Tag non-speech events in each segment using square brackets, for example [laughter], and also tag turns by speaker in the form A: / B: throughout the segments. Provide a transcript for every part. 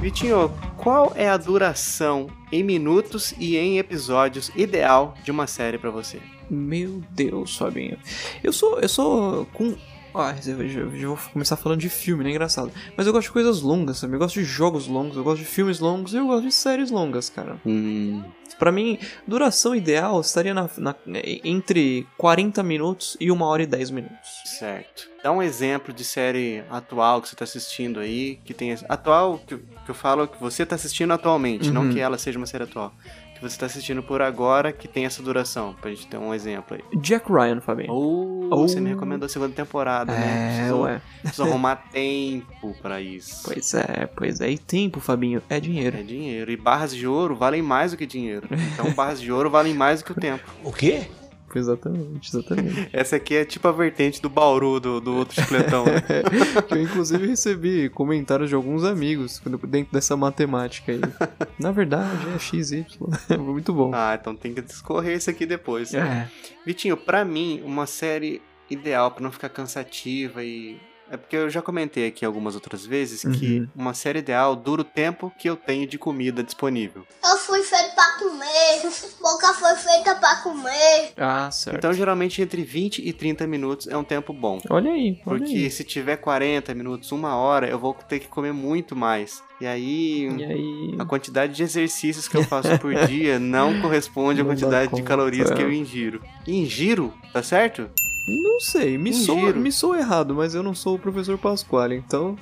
A: Vitinho, qual é a duração em minutos e em episódios ideal de uma série para você?
B: Meu Deus, Fabinho. Eu sou. Eu sou. com ah, eu já, eu já vou começar falando de filme, né? Engraçado. Mas eu gosto de coisas longas, sabe? Eu gosto de jogos longos, eu gosto de filmes longos e eu gosto de séries longas, cara.
A: Hum.
B: Pra mim, duração ideal estaria na, na- entre 40 minutos e 1 hora e 10 minutos.
A: Certo. Dá um exemplo de série atual que você tá assistindo aí, que tem. Atual, que, eu- que eu falo que você tá assistindo atualmente, não
B: Uhum.
A: que ela seja uma série atual. Que você tá assistindo por agora, que tem essa duração, pra gente ter um exemplo aí.
B: Jack Ryan, Fabinho.
A: Ou
B: Ou-
A: você me recomendou a segunda temporada, né?
B: Oh. é,
A: Preciso,
B: ué.
A: preciso arrumar tempo pra isso.
B: Pois é, pois é. E tempo, Fabinho, é dinheiro.
A: É dinheiro. E barras de ouro valem mais do que dinheiro. Então [laughs] barras de ouro valem mais do que o tempo.
C: O quê?
B: Exatamente, exatamente.
A: Essa aqui é tipo a vertente do Bauru, do, do outro chicletão. né?
B: que [laughs] eu inclusive recebi comentários de alguns amigos quando- dentro dessa
A: [laughs]
B: matemática aí. Na verdade, é XY. [laughs] Foi Muito bom.
A: [laughs] Ah, então tem que discorrer isso aqui depois.
B: É.
A: Vitinho, pra mim, uma série ideal pra não ficar cansativa e. É porque eu já comentei aqui algumas outras vezes que
B: Uhum.
A: uma série ideal dura o tempo que eu tenho de comida disponível.
D: Eu fui feito pra comer, boca foi feita pra comer.
B: Ah, certo.
A: Então, geralmente, entre 20 e 30 minutos é um tempo bom.
B: Olha aí, olha
A: Porque se tiver 40 minutos, uma hora, eu vou ter que comer muito mais. E aí,
B: aí. E aí.
A: a quantidade de exercícios que eu faço
B: [laughs]
A: por dia não corresponde à
B: Não dá
A: quantidade de
B: conta,
A: calorias
B: é.
A: que eu ingiro. Ingiro? Tá certo?
B: Não sei, me
A: Um
B: sou,
A: giro.
B: me sou errado, mas eu não sou o professor Pasquale, então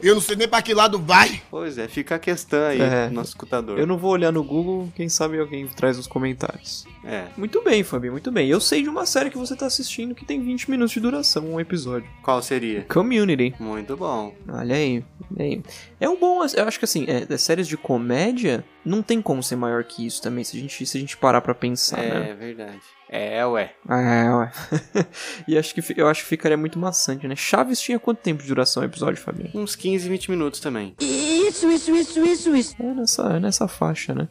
C: Eu não sei nem pra que lado vai.
A: Pois é, fica a questão aí,
B: É.
A: pro nosso escutador.
B: eu não vou olhar no Google, quem sabe alguém traz os comentários.
A: É.
B: Muito bem, Fabi, muito bem. Eu sei de uma série que você tá assistindo que tem 20 minutos de duração, um episódio.
A: Qual seria?
B: Community.
A: Muito bom.
B: Olha aí, olha aí. É um bom. Eu acho que assim, é, das séries de comédia não tem como ser maior que isso também, se a gente, se a gente parar pra pensar, né?
A: É, verdade. É, ué.
B: É, ué. [laughs] e acho que, fi- eu acho que ficaria muito maçante, né? Chaves tinha quanto tempo de duração o episódio, Fabinho?
A: Uns 15, 20 minutos também.
B: É nessa, nessa faixa, né?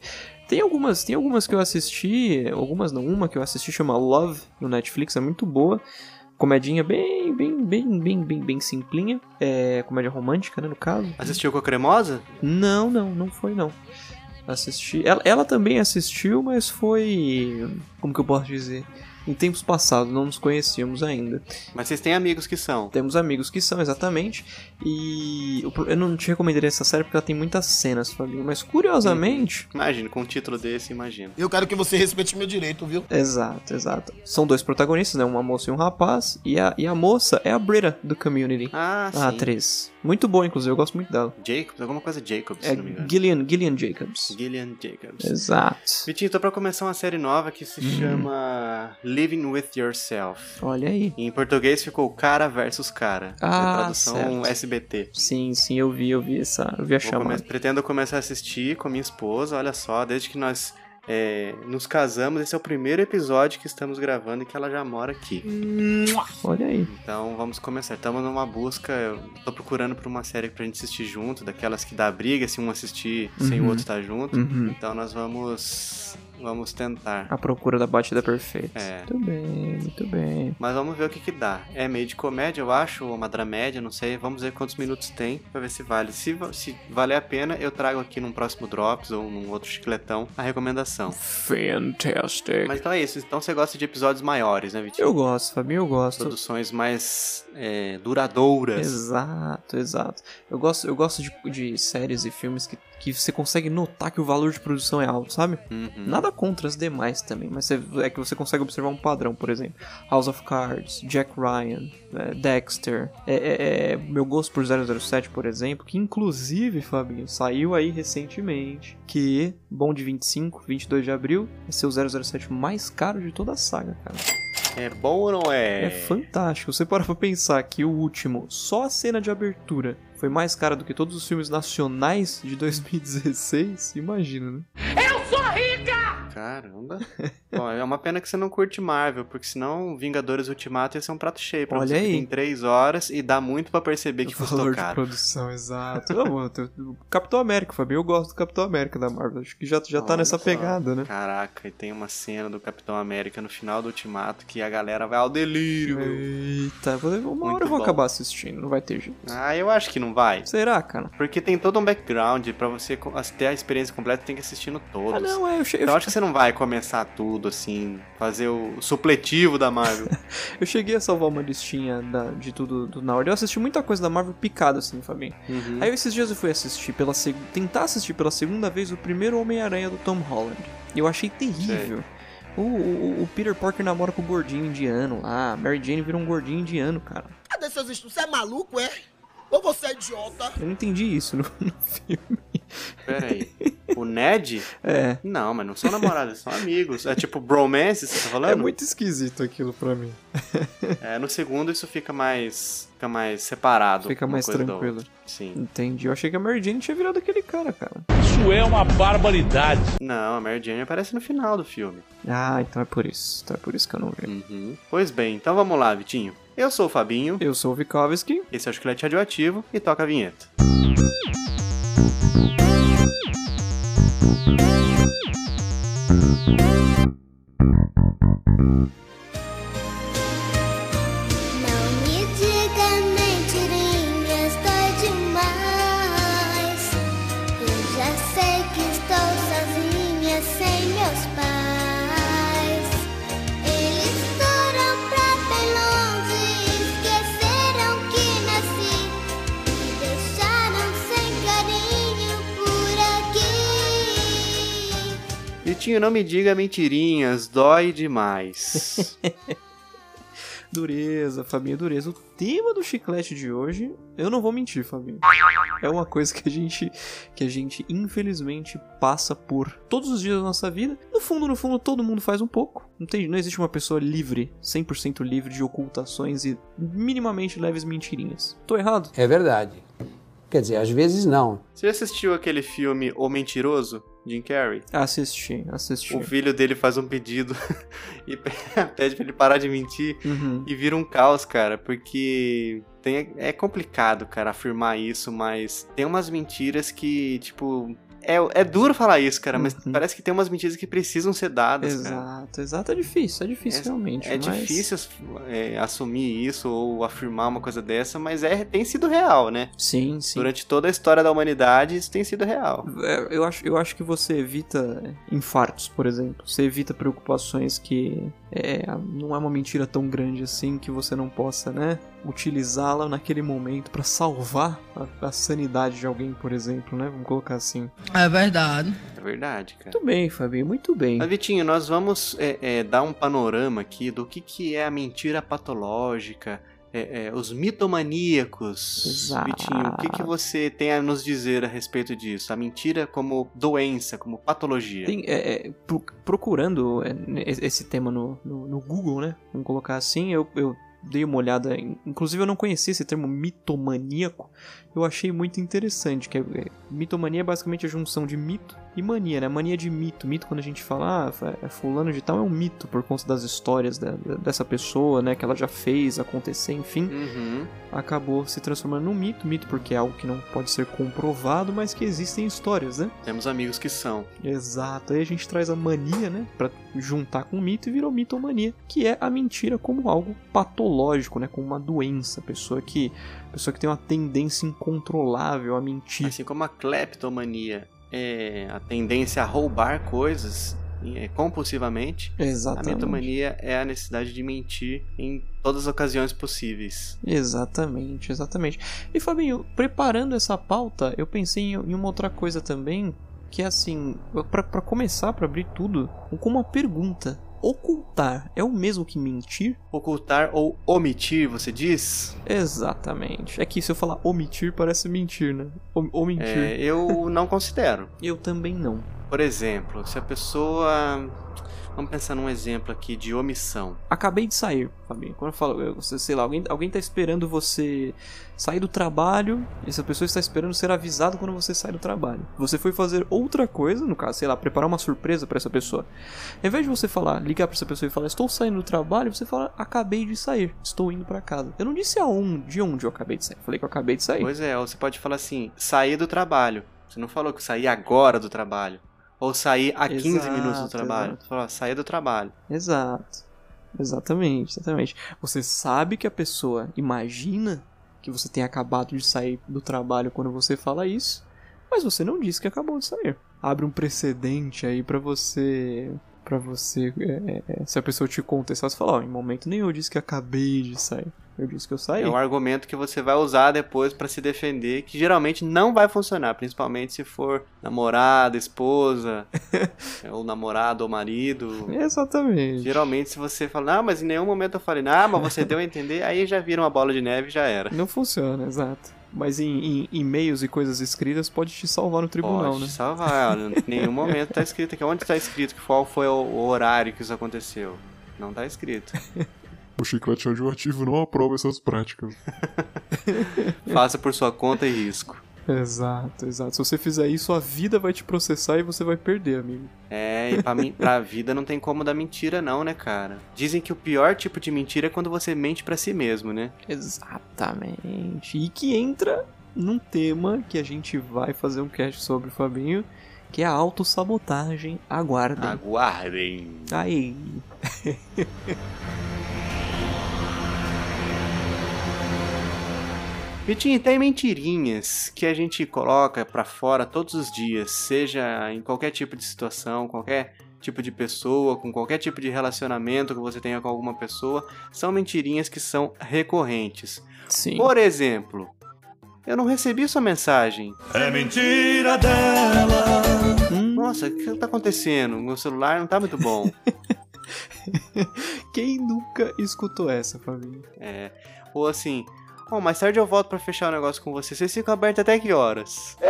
B: Tem algumas, tem algumas que eu assisti, algumas não, uma que eu assisti chama Love no Netflix, é muito boa. Comedinha bem, bem, bem, bem, bem, bem simplinha. É, comédia romântica, né, no caso.
A: Assistiu com a cremosa?
B: Não, não, não foi não. Assisti. Ela, ela também assistiu, mas foi. Como que eu posso dizer? Em tempos passados, não nos conhecíamos ainda.
A: Mas vocês têm amigos que são.
B: Temos amigos que são, exatamente. E. eu- Eu não te recomendaria essa série porque ela tem muitas cenas, Fabinho. Mas curiosamente,
A: Imagina, com um título desse, imagina.
C: Eu quero que você respeite meu direito, viu?
A: Uhum.
B: Exato, exato. São dois protagonistas, né? Uma moça e um rapaz. E a, e a moça é a Brita do Community.
A: Ah, sim.
B: A atriz. Muito boa, inclusive. Eu gosto muito dela.
A: Jacobs? Alguma coisa Jacobs,
B: É
A: se não me engano.
B: Gillian, Gillian Jacobs.
A: Gillian Jacobs.
B: Exato.
A: Vitinho, tô pra começar uma série nova que se
B: Uhum.
A: chama Living With Yourself.
B: Olha aí.
A: Em português ficou Cara versus Cara.
B: Ah,
A: a tradução
B: certo.
A: SBT.
B: Sim, sim, eu vi, eu vi essa. Eu vi a
A: Vou come-
B: chamada.
A: Pretendo começar a assistir com a minha esposa, olha só, desde que nós é, nos casamos, esse é o primeiro episódio que estamos gravando e que ela já mora aqui.
B: Uhum. Olha aí.
A: Então vamos começar. Estamos numa busca, eu tô procurando por uma série pra gente assistir junto, daquelas que dá briga se um assistir sem o
B: Uhum.
A: outro estar junto.
B: Uhum.
A: Então nós vamos. Vamos tentar.
B: A procura da batida perfeita.
A: É.
B: Muito bem, muito bem.
A: Mas vamos ver o que que dá. É meio de comédia, eu acho, ou uma dramédia, não sei. Vamos ver quantos minutos tem pra ver se vale. Se, va- se valer a pena, eu trago aqui num próximo Drops ou num outro chicletão a recomendação.
B: Fantastic.
A: Mas então é isso. Então você gosta de episódios maiores, né, Vitinho?
B: Eu gosto, Fabinho, eu gosto.
A: Produções mais é, duradouras.
B: Exato, exato. Eu gosto, eu gosto de, de séries e filmes que, que você consegue notar que o valor de produção é alto, sabe?
A: Uhum.
B: Nada contra as demais também, mas você- é que você consegue observar um padrão, por exemplo. House of Cards, Jack Ryan, é, Dexter, é, é, é, meu gosto por 007, por exemplo, que inclusive, Fabinho, saiu aí recentemente, que, bom de 25, 22 de abril, é vai ser o 007 mais caro de toda a saga, cara.
A: É bom ou não é?
B: É, fantástico. Você para pra pensar que o último, só a cena de abertura, foi mais cara do que todos os filmes nacionais de 2016? Imagina, né? [laughs]
A: Caramba. Bom, é uma pena que você não curte Marvel, porque senão Vingadores Ultimato ia ser um prato cheio pra
B: Olha
A: você que
B: aí.
A: tem três horas e dá muito pra perceber
B: [laughs]
A: que
B: O
A: custou
B: valor de
A: caro.
B: produção, exato. Não, mano, tu- tu- Capitão América, Fabinho, eu gosto do Capitão América da Marvel. Acho que já, já tá
A: Olha
B: nessa
A: só.
B: pegada, né?
A: Caraca, e tem uma cena do Capitão América no final do Ultimato que a galera vai ao delírio.
B: Eita, eu vou- uma
A: Muito
B: hora eu vou
A: bom.
B: acabar assistindo, não vai ter jeito.
A: Ah, eu acho que não vai.
B: Será, cara?
A: Porque tem todo um background, pra você co- ter a experiência completa tem que ir assistindo todos. Então,
B: Ah, não, é, eu, che- eu
A: Eu acho que você não vai começar tudo, assim, fazer o supletivo da Marvel.
B: [laughs] Eu cheguei a salvar uma listinha da- de tudo do na ordem. Eu assisti muita coisa da Marvel picada, assim, Fabinho.
A: Uhum.
B: Aí esses dias eu fui assistir pela seg- tentar assistir pela segunda vez o primeiro Homem-Aranha do Tom Holland. Eu achei terrível. O, o- o Peter Parker namora com o gordinho indiano lá. A Mary Jane vira um gordinho indiano, cara.
C: Cadê seus estudos? Você é maluco, é? Ou você é idiota?
B: Eu não entendi isso no, no filme.
A: Pera aí. O Ned?
B: É.
A: Não, mas não são namorados, são amigos. É tipo bromance, você tá falando?
B: É muito esquisito aquilo pra mim.
A: É, no segundo isso fica mais. Fica mais separado.
B: Fica
A: uma
B: mais
A: coisa da
B: tranquilo.
A: outra. Sim.
B: Entendi. Eu achei que a Mary Jane tinha virado aquele cara, cara.
E: Isso é uma barbaridade.
A: Não, a Mary Jane aparece no final do filme.
B: Ah, então é por isso. Então é por isso que eu não vi.
A: Uhum. Pois bem, então vamos lá, Vitinho. Eu sou o Fabinho,
B: Eu sou o Vikovski.
A: esse é o Esqueleto Radioativo e toca a vinheta.
D: Não me diga mentirinha, estou demais. Eu já sei que estou sozinha sem meus pais. Eles foram pra bem longe, esqueceram que nasci. Me deixaram sem carinho por aqui.
A: Vitinho, não me diga mentirinhas, dói demais.
B: [laughs] Dureza, Fabinho, dureza. O tema do chiclete de hoje, eu não vou mentir, Fabinho. É uma coisa que a gente, que a gente infelizmente passa por todos os dias da nossa vida. No fundo, no fundo, todo mundo faz um pouco. Não, tem, não existe uma pessoa livre, 100% livre de ocultações e minimamente leves mentirinhas. Tô errado?
F: É verdade. Quer dizer, às vezes não.
A: Você já assistiu aquele filme O Mentiroso? Jim Carrey?
B: Assisti, assisti.
A: O filho dele faz um pedido [laughs] e pede pra ele parar de mentir.
B: Uhum.
A: E vira um caos, cara, porque tem, é complicado, cara, afirmar isso, mas tem umas mentiras que, tipo. É, é duro falar isso, cara, mas
B: Uhum.
A: parece que tem umas mentiras que precisam ser dadas, cara.
B: Exato, exato, é difícil, é difícil
A: É-
B: realmente.
A: É
B: mas-
A: difícil é, assumir isso ou afirmar uma coisa dessa, mas é, tem sido real, né?
B: Sim, sim.
A: Durante toda a história da humanidade, isso tem sido real.
B: É, eu, acho, eu acho que você evita infartos, por exemplo. Você evita preocupações que é, não é uma mentira tão grande assim que você não possa, né? Utilizá-la naquele momento pra salvar a, a sanidade de alguém, por exemplo, né? Vamos colocar assim.
G: É verdade.
A: É verdade, cara.
B: Muito bem, Fabinho, muito bem.
A: Mas, Vitinho, nós vamos é, é, dar um panorama aqui do que, que é a mentira patológica, é, é, os mitomaníacos.
B: Exato.
A: Vitinho, o que, que você tem a nos dizer a respeito disso? A mentira como doença, como patologia.
B: Tem, é, é, pro- procurando é, ne- esse tema no, no, no Google, né? Vamos colocar assim, eu, eu dei uma olhada. em- Inclusive, eu não conhecia esse termo mitomaníaco. Eu achei muito interessante. Que é- é- mitomania é basicamente a junção de mito e mania, né? Mania de mito. Mito, quando a gente fala, ah, fa- é fulano de tal, é um mito por conta das histórias da- da- dessa pessoa, né? Que ela já fez acontecer, enfim
A: Uhum.
B: acabou se transformando num mito. Mito porque é algo que não pode ser comprovado, mas que existem histórias, né?
A: Temos amigos que são.
B: Exato, aí a gente traz a mania, né, Pra juntar com o mito e virou mitomania, que é a mentira como algo patológico, né, como uma doença, pessoa que pessoa que tem uma tendência incontrolável a mentir.
A: Assim como a cleptomania é a tendência a roubar coisas é, compulsivamente, a
B: Exatamente.
A: mitomania é a necessidade de mentir em todas as ocasiões possíveis.
B: Exatamente, exatamente. E Fabinho, preparando essa pauta, eu pensei em em uma outra coisa também, que é assim, pra pra começar, pra abrir tudo, com uma pergunta. Ocultar é o mesmo que mentir?
A: Ocultar ou omitir, você diz?
B: Exatamente. É que se eu falar omitir, parece mentir, né? O- Ou mentir.
A: É,
B: [laughs]
A: eu não considero.
B: Eu também não.
A: Por exemplo, se a pessoa. Vamos pensar num exemplo aqui de omissão.
B: Acabei de sair, Fabinho. Quando eu falo, eu, você- sei lá, alguém, alguém tá esperando você sair do trabalho, essa pessoa está esperando ser avisado quando você sai do trabalho. Você foi fazer outra coisa, no caso, sei lá, preparar uma surpresa pra essa pessoa. Ao invés de você falar, ligar pra essa pessoa e falar, estou saindo do trabalho, você fala, acabei de sair, estou indo pra casa. Eu não disse aonde, de onde eu acabei de sair. Falei que eu acabei de sair.
A: Pois é, ou você pode falar assim, sair do trabalho. Você não falou que sair agora do trabalho. Ou sair a 15
B: Exato,
A: minutos do trabalho.
B: exato.
A: Você falou, sair do trabalho.
B: Exato. Exatamente, exatamente. Você sabe que a pessoa imagina que você tem acabado de sair do trabalho quando você fala isso, mas você não disse que acabou de sair. Abre um precedente aí pra você. Pra você. é, é, é, se a pessoa te contestar, você fala: Ó, em momento nenhum eu disse que acabei de sair. Eu disse que eu saí.
A: É um argumento que você vai usar depois pra se defender, que geralmente não vai funcionar, principalmente se for namorada,
B: [laughs]
A: esposa, é, ou namorado ou marido.
B: Exatamente.
A: Geralmente se você fala, ah, mas em nenhum momento eu falei, ah, mas você deu a entender, aí já vira uma bola de neve e já era.
B: Não funciona, exato. Mas em, em e-mails e coisas escritas pode te salvar no tribunal,
A: Pode
B: né?
A: salvar, olha, em nenhum momento tá escrito aqui. Onde tá escrito qual foi o- o horário que isso aconteceu? Não tá
B: [laughs]
A: escrito.
G: O chiclete radioativo não aprova essas práticas.
A: Faça por sua conta e risco.
B: Exato, exato. Se você fizer isso, a vida vai te processar e você vai perder, amigo.
A: É, e pra, mim, pra vida não tem como dar mentira, não, né, cara? Dizem que o pior tipo de mentira é quando você mente pra si mesmo, né?
B: Exatamente. E que entra num tema que a gente vai fazer um cast sobre, Fabinho, que é a autossabotagem. Aguardem.
A: Aguardem.
B: Aí.
A: Vitinho, tem mentirinhas que a gente coloca pra fora todos os dias, seja em qualquer tipo de situação, qualquer tipo de pessoa, com qualquer tipo de relacionamento que você tenha com alguma pessoa, são mentirinhas que são recorrentes.
B: Sim.
A: Por exemplo, eu não recebi sua mensagem.
B: Hum,
A: Nossa, o que tá acontecendo? Meu celular não tá muito bom.
B: quem nunca escutou essa, Fabinho?
A: É. Ou assim, "Ó, mais tarde eu volto pra fechar o negócio com você. Vocês ficam abertos até que horas?
B: É,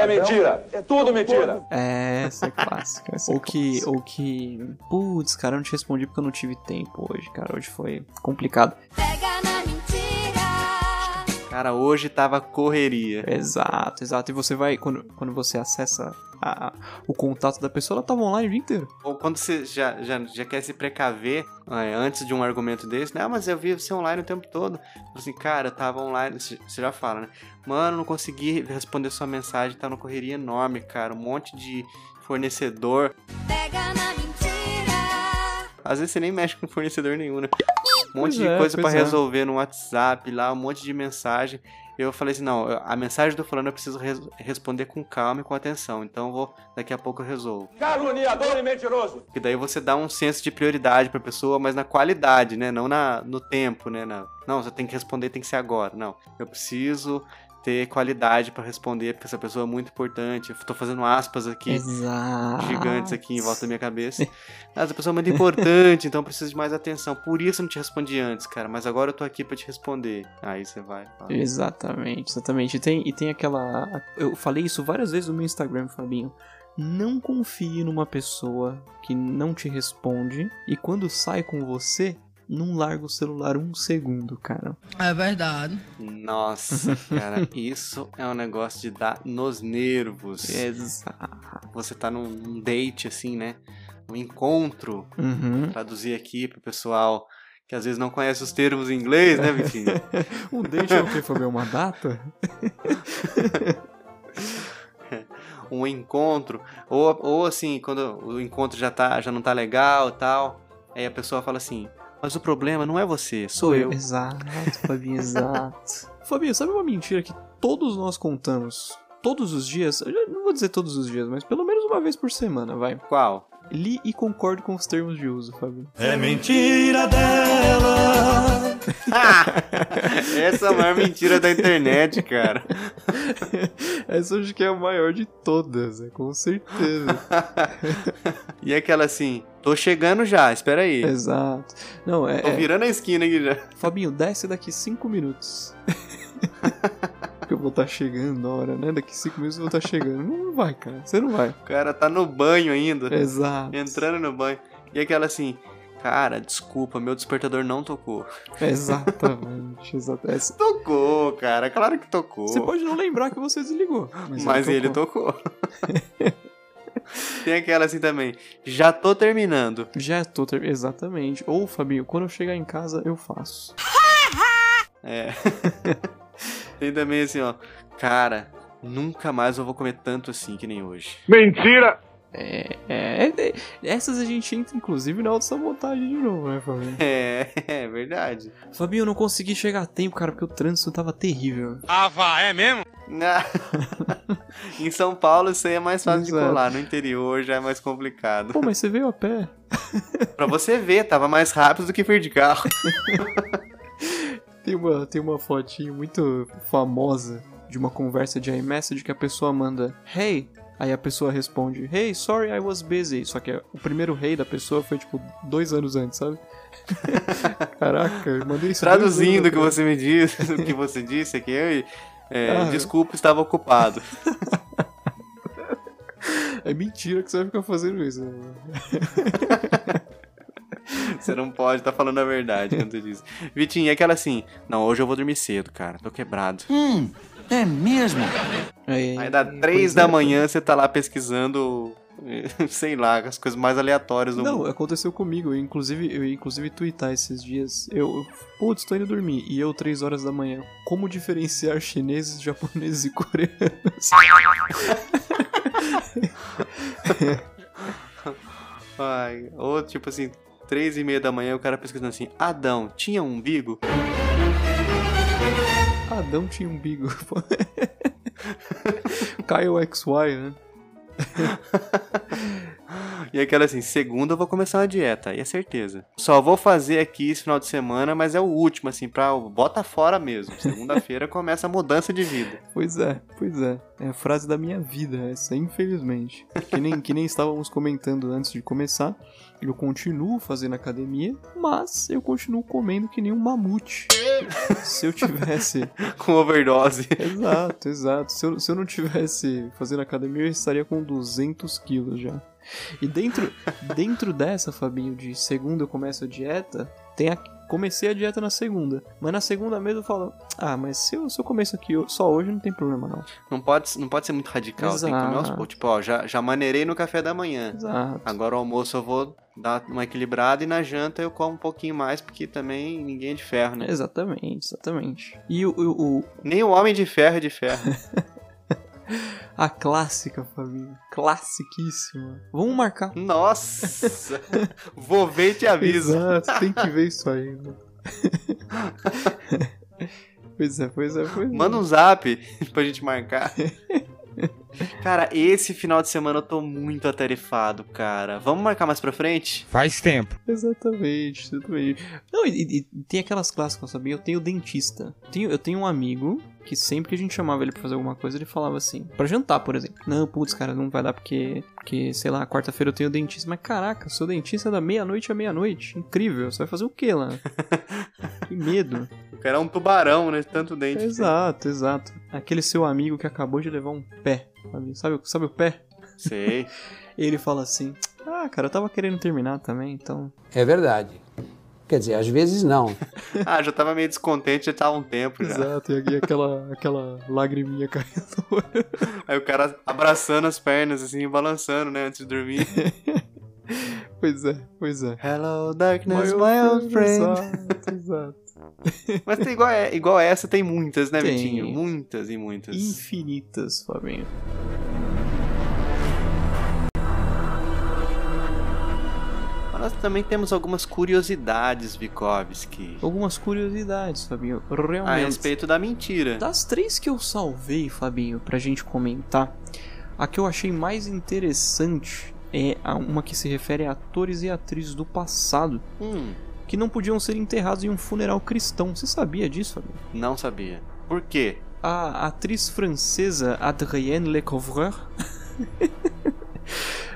B: essa é clássica. Essa ou que, ou que, putz, cara, eu não te respondi porque eu não tive tempo hoje, cara. Hoje foi complicado.
H: Pega na mentira.
A: Cara, hoje tava correria.
B: Exato, exato. E você vai, quando, quando você acessa a- a- o contato da pessoa, ela tava online o dia inteiro.
A: Ou quando você já, já, já quer se precaver é, antes de um argumento desse, né? Ah, mas eu vi você online o tempo todo. Fala Assim, cara, eu tava online. Você você já fala, né? Mano, não consegui responder sua mensagem, tá numa correria enorme, cara. Um monte de fornecedor.
H: Pega na mentira.
A: Às vezes você nem mexe com fornecedor nenhum, né? Um monte
B: Pois
A: de
B: é,
A: coisa
B: pois
A: pra
B: é.
A: resolver no WhatsApp lá, um monte de mensagem. Eu falei assim, não, eu- a mensagem do fulano eu preciso res- responder com calma e com atenção. Então eu vou, daqui a pouco eu resolvo. Caluniador e mentiroso! Que daí você dá um senso de prioridade pra pessoa, mas na qualidade, né? Não na, no tempo, né? Na- não, você tem que responder, tem que ser agora. Não, eu preciso ter qualidade pra responder, porque essa pessoa é muito importante. Eu tô fazendo aspas aqui
B: Exato.
A: gigantes aqui em volta da minha cabeça. Ah, Essa pessoa é muito importante, então eu preciso de mais atenção. Por isso eu não te respondi antes, cara. Mas agora eu tô aqui pra te responder. Aí você vai. fala.
B: É. Exatamente, exatamente. E tem, e tem aquela. Eu falei isso várias vezes no meu Instagram, Fabinho. Não confie numa pessoa que não te responde e quando sai com você, não larga o celular um segundo, cara.
C: É verdade.
A: Nossa, cara, isso é um negócio de dar nos nervos.
B: É. Exato.
A: Você tá num- num date, assim, né? Um encontro.
B: Uhum.
A: Traduzir aqui pro pessoal que às vezes não conhece os termos em inglês, né, Vitinho?
B: [laughs] Um date é o que, Fabinho? Uma data?
A: um encontro, ou, ou assim, quando o encontro já, tá, já não tá legal e tal, aí a pessoa fala assim, mas o problema não é você, sou eu.
B: Exato, Fabinho, exato. [laughs] Fabinho, sabe uma mentira que todos nós contamos todos os dias? Eu já- não vou dizer todos os dias, mas pelo menos uma vez por semana, vai.
A: Qual? [laughs]
B: Li e concordo com os termos de uso, Fabinho.
A: Essa é a maior mentira da internet, cara.
B: Essa eu acho que é a maior de todas, né? com certeza.
A: E aquela assim, tô chegando já, espera aí.
B: [laughs] exato. Não, é,
A: Tô
B: é.
A: virando a esquina aqui já.
B: Fabinho, desce daqui cinco [laughs] minutos. Porque eu vou estar chegando na hora, né? Daqui cinco minutos eu vou estar chegando. Não vai, cara. Você não vai.
A: O cara tá no banho ainda,
B: Exato.
A: entrando no banho. E aquela assim, cara, desculpa, meu despertador não tocou. [laughs]
B: Exatamente, É exatamente.
A: Tocou, cara, claro que tocou.
B: Você pode não lembrar que você desligou.
A: Mas, ele
B: tocou.
A: tocou. [laughs] Tem aquela assim também, já tô terminando.
B: Já tô ter... Exatamente. Ou, Fabinho, quando eu chegar em casa, eu faço.
A: É. Tem também assim, ó, cara, nunca mais eu vou comer tanto assim que nem hoje. [laughs]
B: É, é- essas a gente entra, inclusive, na autossabotagem de novo, né, Fabinho?
A: É, é verdade. [laughs]
B: Fabinho, eu não consegui chegar a tempo, cara, porque o trânsito tava terrível.
A: Na- em São Paulo isso aí é mais fácil
B: Exato.
A: de colar, no interior já é mais complicado.
B: Ah, Pô, mas você veio a pé.
A: Pra você ver, tava mais rápido do que vir de carro.
B: Tem uma, tem uma fotinho muito famosa de uma conversa de iMessage que a pessoa manda Hey! Aí a pessoa responde Hey, sorry, I was busy. Só que o primeiro hey da pessoa foi tipo dois anos
A: [laughs]
B: antes, sabe? Caraca, eu mandei isso.
A: Traduzindo o que
B: dois anos
A: você me disse, [laughs] o que você disse aqui, eu, é,
B: Ah.
A: desculpa, estava ocupado.
B: atrás. É mentira que você vai ficar fazendo isso. né?
A: Você não pode estar falando a verdade quando você diz. Vitinho, e aquela assim, não, hoje eu vou dormir cedo, cara, tô quebrado.
B: Hum. Aí,
A: Aí dá três
B: pois
A: da
B: é.
A: manhã, você tá lá pesquisando, [laughs] sei lá, as coisas mais aleatórias do
B: Não,
A: mundo.
B: aconteceu comigo. Eu, inclusive, eu ia, inclusive tweetar esses dias. Eu, putz, tô indo dormir. E eu, três horas da manhã. Como diferenciar chineses, [laughs] japoneses e coreanos?
A: Ai, ou tipo assim, três e meia da manhã, o cara pesquisando assim, Adão, tinha um umbigo?
B: Adão tinha umbigo. [laughs] Caio XY, né?
A: E aquela assim, segunda eu vou começar uma dieta, aí é certeza. Só vou fazer aqui esse final de semana, mas é o último, assim, pra bota fora mesmo. Segunda-feira começa a mudança de vida. [laughs]
B: Pois é, pois é. É a frase da minha vida essa, infelizmente. Que nem, que nem estávamos comentando antes de começar. Eu continuo fazendo academia, mas eu continuo comendo que nem um mamute. Se eu tivesse
A: Com overdose.
B: Exato, exato. Se eu, se eu não tivesse fazendo academia, eu estaria com 200 quilos já. E dentro, dentro dessa, Fabinho, de segunda eu começo a dieta, tem a, comecei a dieta na segunda. Mas na segunda mesmo eu falo, ah, mas se eu, se eu começo aqui ho- só hoje, não tem problema não.
A: Não pode, não pode ser muito radical, tem que comer aos
B: Exato.
A: poucos. Tipo, ó, já, já maneirei no café da manhã.
B: Exato.
A: Agora o almoço eu vou dar uma equilibrada e na janta eu como um pouquinho mais, porque também ninguém é de ferro, né?
B: Exatamente, exatamente. E o, o- o-
A: Nem o homem de ferro é de
B: [laughs]
A: ferro.
B: a clássica, Fabinho, classiquíssima. Vamos marcar.
A: Nossa! Vou ver e te aviso.
B: Exato, tem que ver isso né? ainda. [laughs] pois é, pois é, pois é.
A: Manda um zap [laughs] pra gente marcar. Cara, esse final de semana eu tô muito atarefado, cara. Vamos marcar mais pra frente?
I: Faz tempo.
B: Exatamente, exatamente. Não, e, e- e tem aquelas clássicas, sabia? Eu tenho dentista. Tenho, eu tenho um amigo que sempre que a gente chamava ele pra fazer alguma coisa, ele falava assim, pra jantar, por exemplo. Não, putz, cara, não vai dar porque, porque sei lá, quarta-feira eu tenho dentista. Mas caraca, seu dentista é da meia-noite à meia-noite. Incrível, você vai fazer o quê [laughs] lá? que medo.
A: O cara é um tubarão, né? Tanto dente.
B: Exato, exato. Aquele seu amigo que acabou de levar um pé, sabe? Sabe, o- sabe o pé?
A: Sei.
B: Ele fala assim, ah, cara, eu tava querendo terminar também, então...
F: É verdade. Quer dizer, às vezes não.
A: Ah, já tava meio descontente, já tava um tempo já.
B: Exato, e aquela, aquela lagriminha caindo no olho.
A: Aí o cara abraçando as pernas, assim, balançando, né? Antes de dormir.
B: Pois é, pois é.
A: Hello, darkness, my old friend.
B: Exato, exato.
A: Mas tem igual, é- igual essa tem muitas, né,
B: Tem.
A: Vitinho? Muitas e muitas.
B: Infinitas, Fabinho.
A: Mas nós também temos algumas curiosidades, Vikovski.
B: Algumas curiosidades, Fabinho.
A: A
B: Realmente.
A: respeito da mentira.
B: Das três que eu salvei, Fabinho, pra gente comentar, a que eu achei mais interessante é a- uma que se refere a atores e atrizes do passado
A: Hum,
B: que não podiam ser enterrados em um funeral cristão. Você sabia disso, Fabinho?
A: não sabia. Por quê?
B: a atriz francesa Adrienne Lecouvreur. [laughs]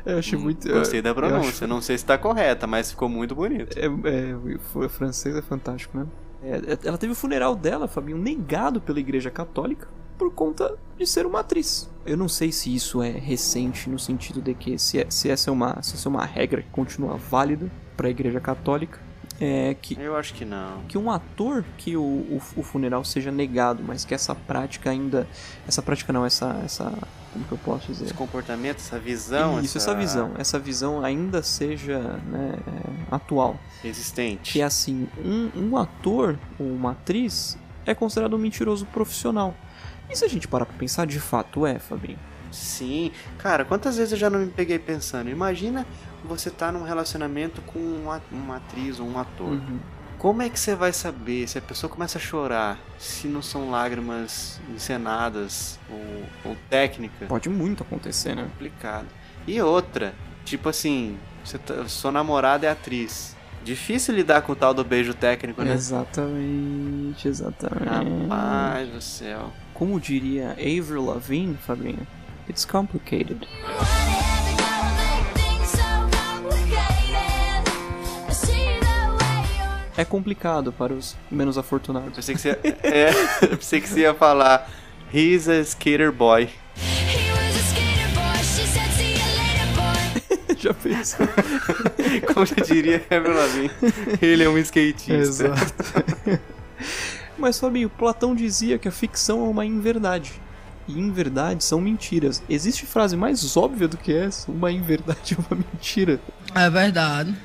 B: eu acho
A: Hum,
B: muito. é,
A: Gostei da
B: eu
A: pronúncia. Não sei se tá correta, mas ficou muito bonito.
B: acho- É, é, foi- francês é fantástico, né? É, é, ela teve o funeral dela, Fabinho, negado pela Igreja Católica. por conta de ser uma atriz. Eu não sei se isso é recente no sentido de que se, é- se essa é uma se essa é uma regra que continua válida para a Igreja Católica é que
A: Eu acho que não.
B: que um ator que o, o, o funeral seja negado, mas que essa prática ainda essa prática não essa essa como que eu posso dizer
A: Esse comportamento, essa visão.
B: isso, essa... visão. Essa visão ainda seja né, é, atual.
A: Existente.
B: Que é assim, um, um ator ou uma atriz é considerado um mentiroso profissional. E se a gente parar pra pensar, de fato é, Fabinho.
A: Sim, cara, quantas vezes eu já não me peguei pensando? Imagina você tá num relacionamento com uma, uma atriz ou um ator.
B: Hum.
A: Como é que você vai saber se a pessoa começa a chorar, se não são lágrimas encenadas ou, ou técnica?
B: Pode muito acontecer, né?
A: Complicado. E outra, tipo assim, você tá- sua namorada é atriz. Difícil lidar com o tal do beijo técnico, né?
B: Exatamente, exatamente.
A: Rapaz do céu.
B: Como diria Avril Lavigne, Fabinho, it's complicated. É complicado para os menos afortunados. [laughs]
A: Pensei que você, [laughs] é, pensei que você ia falar. He's a skater boy.
B: Já pensou?
A: [laughs] Como já diria Avril Lavigne, ele é um skatista.
B: [laughs] Mas, Fabinho, Platão dizia que a ficção é uma inverdade. E inverdades são mentiras. Existe frase mais óbvia do que essa? Uma inverdade é uma mentira.
I: É verdade.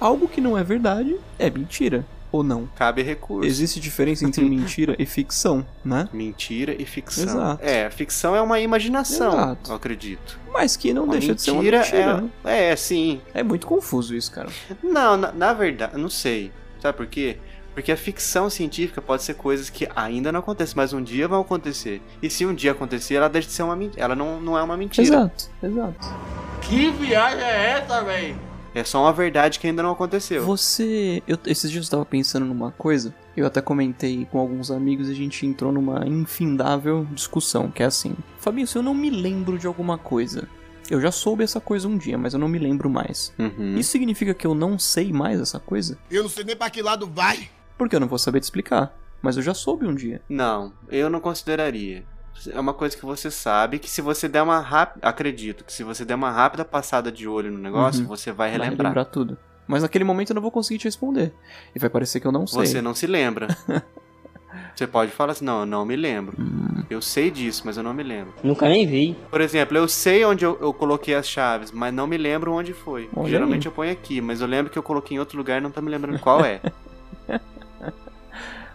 B: Algo que não é verdade é mentira. Ou não?
A: Cabe recurso.
B: Existe diferença
A: [laughs]
B: entre mentira e ficção, né?
A: Mentira e ficção.
B: Exato.
A: É, ficção é uma imaginação,
B: Exato.
A: eu acredito.
B: Mas que não
A: Uma
B: deixa de ser uma
A: mentira
B: mentira. né?
A: é, é, sim.
B: É muito confuso isso, cara.
A: Não, na, na verdade, não sei. Sabe por quê? Porque a ficção científica pode ser coisas que ainda não acontecem, mas um dia vão acontecer. E se um dia acontecer, ela deixa de ser uma mentira. Ela não, não é uma mentira.
B: Exato, exato.
I: Que viagem é essa, véi?
A: É só uma verdade que ainda não aconteceu.
B: Você. Eu, esses dias eu tava pensando numa coisa. Eu até comentei com alguns amigos e a gente entrou numa infindável discussão, que é assim. Fabinho, se eu não me lembro de alguma coisa. Eu já soube essa coisa um dia, mas eu não me lembro mais.
A: Uhum.
B: Isso significa que eu não sei mais essa coisa?
C: Eu não sei nem pra que lado vai.
B: Porque eu não vou saber te explicar. Mas eu já soube um dia.
A: Não, eu não consideraria. É uma coisa que você sabe que se você der uma rápida. Acredito que se você der uma rápida passada de olho no negócio,
B: Uhum.
A: você vai
B: Vai
A: relembrar.
B: lembrar tudo. Mas naquele momento eu não vou conseguir te responder. E vai parecer que eu não sei.
A: você não se lembra.
B: [laughs]
A: você pode falar assim: não, eu não me lembro.
B: Hum.
A: Eu sei disso, mas eu não me lembro.
I: Nunca nem vi.
A: Por exemplo, eu sei onde eu, eu coloquei as chaves, mas não me lembro onde foi.
B: Olha
A: Geralmente eu ponho aqui, mas eu lembro que eu coloquei em outro lugar e não tô me lembrando qual
B: [laughs]
A: é.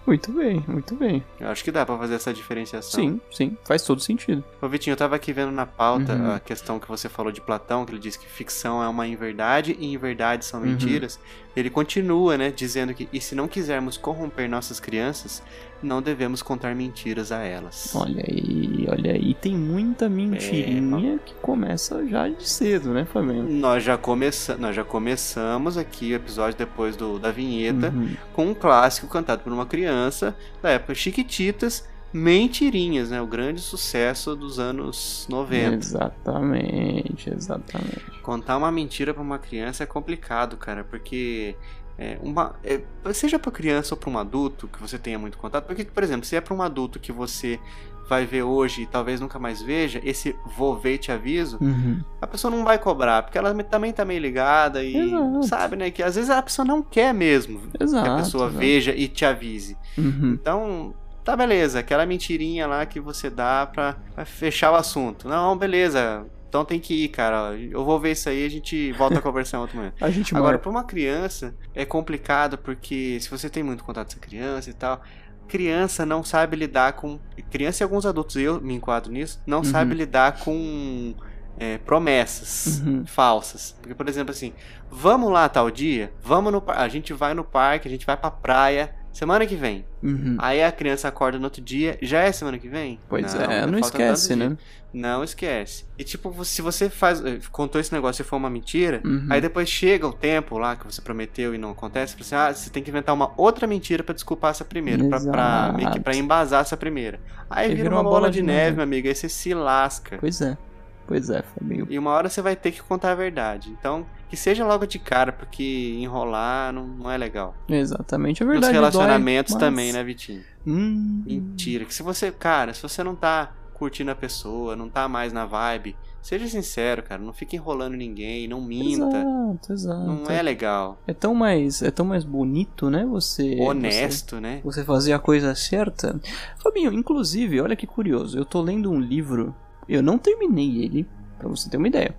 B: Muito bem, muito bem.
A: eu acho que dá pra fazer essa diferenciação.
B: Sim, sim. Faz todo sentido.
A: Ô Vitinho, eu tava aqui vendo na pauta
B: Uhum.
A: a questão que você falou de Platão, que ele diz que ficção é uma inverdade e inverdades são
B: Uhum.
A: mentiras. Ele continua, né, dizendo que e se não quisermos corromper nossas crianças, não devemos contar mentiras a elas.
B: Olha aí, olha aí. Tem muita
A: É,
B: mentirinha que começa já de cedo, né, Flamengo?
A: Nós já, começa... Nós já começamos aqui o episódio depois do, da vinheta
B: Uhum.
A: com um clássico cantado por uma criança da época Chiquititas, Mentirinhas, né? O grande sucesso dos anos 90.
B: Exatamente, exatamente.
A: Contar uma mentira pra uma criança é complicado, cara, porque é, uma, é, seja pra criança ou pra um adulto que você tenha muito contato, porque, por exemplo, se é pra um adulto que você vai ver hoje e talvez nunca mais veja, esse vou ver e te aviso,
B: Uhum.
A: a pessoa não vai cobrar, porque ela me- também tá meio ligada e
B: Exato.
A: sabe, né, que às vezes a pessoa não quer mesmo
B: Exato.
A: que a pessoa
B: exato.
A: veja e te avise.
B: Uhum.
A: Então, tá beleza, aquela mentirinha lá que você dá pra, pra fechar o assunto. Não, beleza, então tem que ir, cara. Eu vou ver isso aí e a gente volta a conversar em outro
B: [laughs]
A: momento.
B: A gente
A: Agora,
B: marca.
A: pra uma criança, é complicado porque se você tem muito contato com essa criança e tal, criança não sabe lidar com. Criança e alguns adultos, eu me enquadro nisso, não
B: Uhum.
A: sabe lidar com é, promessas
B: Uhum.
A: falsas. Porque, por exemplo, assim, vamos lá tal dia, vamos no par- a gente vai no parque, a gente vai pra praia. Semana que vem.
B: Uhum.
A: Aí a criança acorda no outro dia, já é semana que vem?
B: Pois é,
A: ainda
B: não
A: falta tantos
B: esquece,
A: dias.
B: né?
A: Não esquece. E tipo, se você faz, eh, contou esse negócio e foi uma mentira,
B: Uhum.
A: aí depois chega o tempo lá que você prometeu e não acontece, você, fala assim, ah, você tem que inventar uma outra mentira pra desculpar essa primeira, pra, pra, meio que pra
B: Exato.
A: embasar essa primeira. Aí
B: Aí
A: vira uma bola de neve,
B: neve.
A: meu amigo, aí você se lasca.
B: Pois é. Pois é, foi meio.
A: E uma hora você vai ter que contar a verdade. Então, que seja logo de cara, porque enrolar não, não é legal.
B: Exatamente, é
A: Nos
B: verdade. dói,
A: relacionamentos
B: mas-
A: também, né, Vitinho?
B: Hum,
A: Mentira. Que se você, cara, se você não tá curtindo a pessoa, não tá mais na vibe, seja sincero, cara. Não fica enrolando ninguém, não minta.
B: Exato, exato.
A: Não é legal.
B: É tão mais, é tão mais bonito, né? Você
A: Honesto, né?
B: Você, você fazer a coisa certa. Fabinho, inclusive, olha que curioso. Eu tô lendo um livro. Eu não terminei ele, pra você ter uma ideia.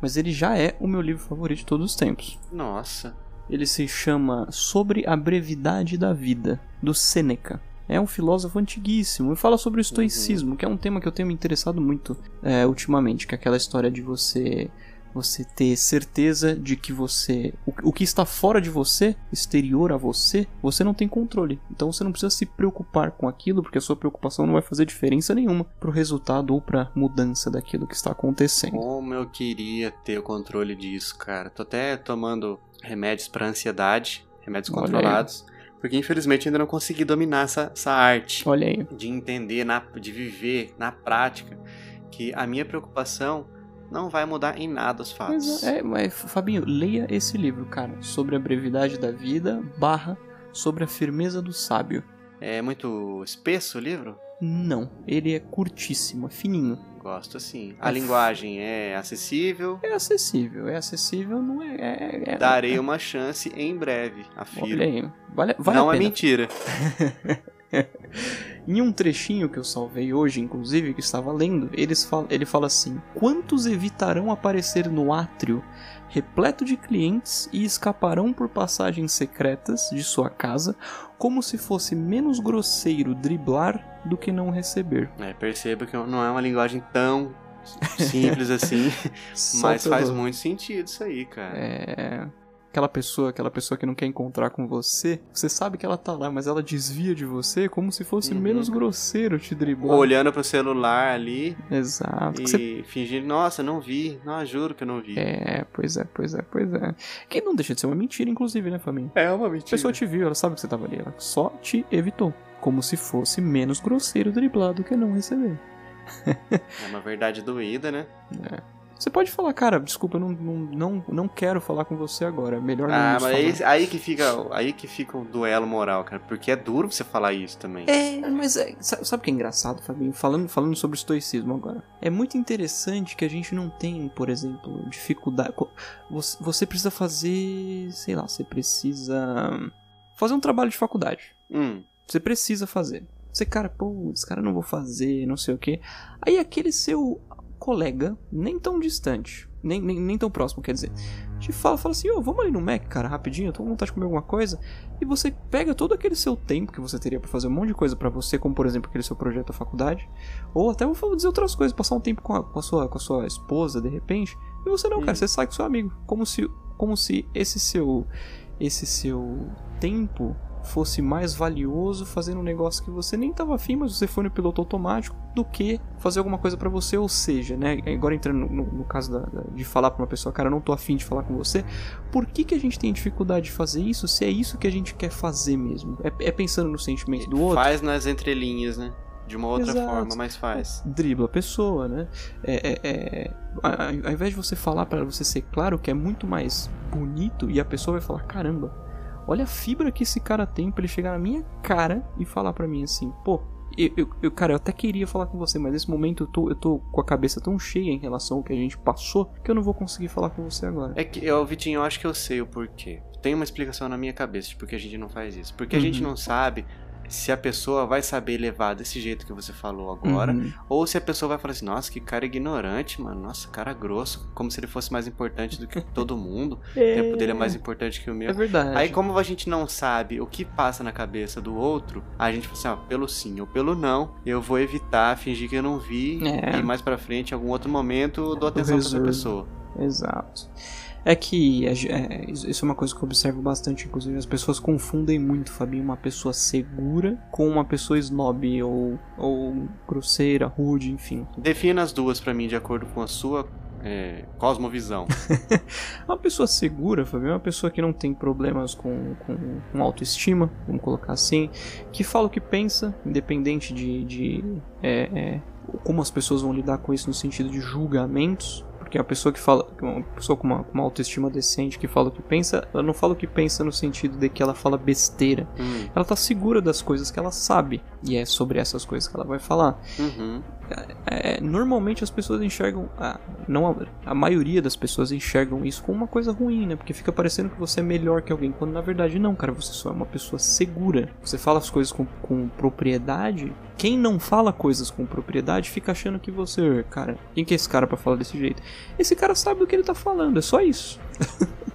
B: Mas ele já é o meu livro favorito de todos os tempos.
A: Nossa.
B: Ele se chama Sobre a Brevidade da Vida, do Sêneca. É um filósofo antiguíssimo e fala sobre o estoicismo, que é um tema que eu tenho me interessado muito é, ultimamente, que é aquela história de você você ter certeza de que você o, o que está fora de você, exterior a você, você não tem controle. Então você não precisa se preocupar com aquilo, porque a sua preocupação não vai fazer diferença nenhuma pro resultado ou pra mudança daquilo que está acontecendo.
A: Como eu queria ter o controle disso, cara. Tô até tomando remédios pra ansiedade, remédios
B: Olha aí.
A: controlados. Porque infelizmente ainda não consegui dominar essa, essa arte
B: Olha aí.
A: de entender, na- de viver na prática que a minha preocupação não vai mudar em nada os fatos.
B: Mas, é, mas, Fabinho, leia esse livro, cara. Sobre a brevidade da vida, barra, sobre a firmeza do sábio.
A: É muito espesso o livro?
B: Não, ele é curtíssimo, é fininho.
A: Gosto sim. A linguagem é acessível.
B: É acessível, é acessível, não é. é, é
A: Darei uma chance em breve,
B: Olha
A: afirmo.
B: aí, vale, vale
A: não
B: a
A: é
B: pena.
A: mentira.
B: Em um trechinho que eu salvei hoje, inclusive, que estava lendo, eles fal- ele fala assim: Quantos evitarão aparecer no átrio, repleto de clientes, e escaparão por passagens secretas de sua casa, como se fosse menos grosseiro driblar do que não receber?
A: É, perceba que não é uma linguagem tão simples assim.
B: [laughs] Só
A: Mas faz
B: pelo-
A: muito sentido isso aí, cara.
B: É. Aquela pessoa, aquela pessoa que não quer encontrar com você, você sabe que ela tá lá, mas ela desvia de você como se fosse
A: Uhum.
B: menos grosseiro te driblar.
A: Olhando pro celular ali
B: Exato. que você
A: e fingindo, nossa, não vi, não juro que eu não vi.
B: É, pois é, pois é, pois é. Que não deixa de ser uma mentira, inclusive, né, família?
A: É uma
B: A
A: mentira.
B: pessoa te viu, ela sabe que você tava ali, ela só te evitou. Como se fosse menos grosseiro driblar do que não receber.
A: É uma verdade doída, né?
B: Você pode falar, cara, desculpa, eu não, não, não, não quero falar com você agora. Melhor não
A: Ah,
B: nos
A: mas
B: falar.
A: aí, aí que fica, aí que fica o duelo moral, cara, porque é duro você falar isso também.
B: É, mas é, sa- sabe o que é engraçado, Fabinho? Falando, falando sobre estoicismo agora. É muito interessante que a gente não tem, por exemplo, dificuldade. co- Você, você precisa fazer. Sei lá, você precisa. Fazer um trabalho de faculdade.
A: Hum,
B: Você precisa fazer. Você, cara, putz, cara, não vou fazer, não sei o quê. Aí aquele seu colega, nem tão distante, nem, nem, nem tão próximo, quer dizer, te fala, fala assim, ô, vamos ali no Mac, cara, rapidinho, eu tô com vontade de comer alguma coisa. E você pega todo aquele seu tempo que você teria pra fazer um monte de coisa pra você, como por exemplo aquele seu projeto da faculdade, ou até vou falar- dizer outras coisas, passar um tempo com a, com a sua, com a sua esposa, de repente, e você não,
A: Hum.
B: cara, você sai com seu amigo. Como se, como se esse seu. Esse seu tempo fosse mais valioso fazendo um negócio que você nem estava afim, mas você foi no piloto automático, do que fazer alguma coisa pra você, ou seja, né? Agora entrando no, no- no caso da- da- de falar pra uma pessoa, cara, eu não tô afim de falar com você, por que, que a gente tem dificuldade de fazer isso se é isso que a gente quer fazer mesmo? É, é pensando no sentimento do outro?
A: faz nas entrelinhas, né? De uma outra
B: Exato.
A: forma, mas faz.
B: dribla a pessoa, né? É, é, é, a- a- ao invés de você falar pra você ser claro, que é muito mais bonito, e a pessoa vai falar: caramba, olha a fibra que esse cara tem pra ele chegar na minha cara e falar pra mim assim: pô, eu, eu- eu- cara, eu até queria falar com você, mas nesse momento eu tô, eu tô com a cabeça tão cheia em relação ao que a gente passou que eu não vou conseguir falar com você agora.
A: É que, eu, Vitinho, eu acho que eu sei o porquê. Tem uma explicação na minha cabeça de por que a gente não faz isso. Porque a gente
B: Uhum.
A: não sabe se a pessoa vai saber levar desse jeito que você falou agora,
B: Uhum.
A: Ou se a pessoa vai falar assim, nossa, que cara ignorante, mano. Nossa, cara grosso. Como se ele fosse mais importante do
B: [laughs]
A: que todo mundo. O tempo dele é mais importante que o
B: É
A: meu.
B: verdade.
A: Aí, como a gente não sabe o que passa na cabeça do outro, a gente fala assim, ó, pelo sim ou pelo não, eu vou evitar, fingir que eu não vi.
B: É.
A: E mais pra frente, em algum outro momento, eu dou
B: Eu
A: atenção pra essa pessoa.
B: resolvo. Exato. É que a ge- é, isso isso é uma coisa que eu observo bastante, inclusive as pessoas confundem muito, Fabinho, uma pessoa segura com uma pessoa snob ou, ou grosseira, rude, enfim.
A: Defina as duas pra mim, de acordo com a sua é, cosmovisão.
B: [laughs] Uma pessoa segura, Fabinho, é uma pessoa que não tem problemas com, com, com autoestima, vamos colocar assim, que fala o que pensa, independente de, de é, é, como as pessoas vão lidar com isso no sentido de julgamentos, porque a pessoa que fala, uma pessoa com uma, com uma autoestima decente que fala o que pensa, ela não fala o que pensa no sentido de que ela fala besteira.
A: Hum,
B: Ela tá segura das coisas que ela sabe, e é sobre essas coisas que ela vai falar.
A: uhum.
B: É, normalmente as pessoas enxergam, a, não a, a maioria das pessoas enxergam isso como uma coisa ruim, né? Porque fica parecendo que você é melhor que alguém, quando na verdade não, cara, você só é uma pessoa segura. Você fala as coisas com, com propriedade. Quem não fala coisas com propriedade fica achando que você, cara, quem que é esse cara pra falar desse jeito? Esse cara sabe o que ele tá falando, é só isso.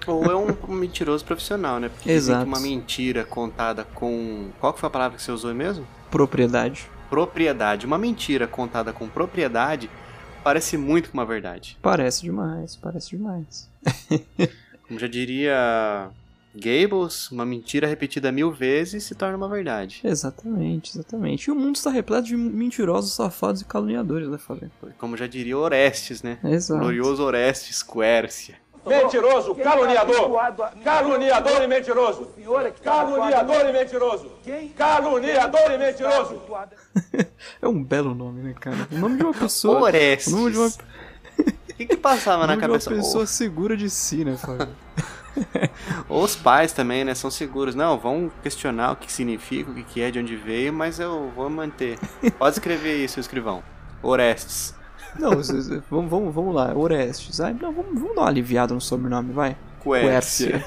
A: Ou é um mentiroso profissional, né? Porque dizem
B: Exato.
A: que uma mentira contada com. Qual que foi a palavra que você usou aí mesmo?
B: Propriedade.
A: Propriedade. Uma mentira contada com propriedade parece muito com uma verdade.
B: Parece demais, parece demais.
A: Como já diria Gables, uma mentira repetida mil vezes se torna uma verdade.
B: Exatamente, exatamente. E o mundo está repleto de mentirosos, safados e caluniadores, né, Fábio?
A: Como já diria Orestes, né?
B: Exato.
A: Glorioso Orestes Quércia.
E: Mentiroso, caluniador. Caluniador e mentiroso. Caluniador e mentiroso. Caluniador e mentiroso.
B: É um belo nome, né, cara? O nome
A: [laughs]
B: de uma pessoa.
A: Orestes.
B: o nome de uma,
A: O que, que passava
B: o
A: na
B: nome de uma
A: cabeça?
B: pessoa segura de si,
A: [laughs]
B: né, Fábio?
A: Ou, os pais também, né? São seguros. Não, vão questionar o que significa, o que que é, de onde veio, mas eu vou manter. Pode escrever isso, escrivão. Orestes.
B: não, vocês- vamos, vamos, vamos lá, Orestes. Ah, não, vamos, vamos dar uma aliviada no sobrenome, vai.
A: Quércia.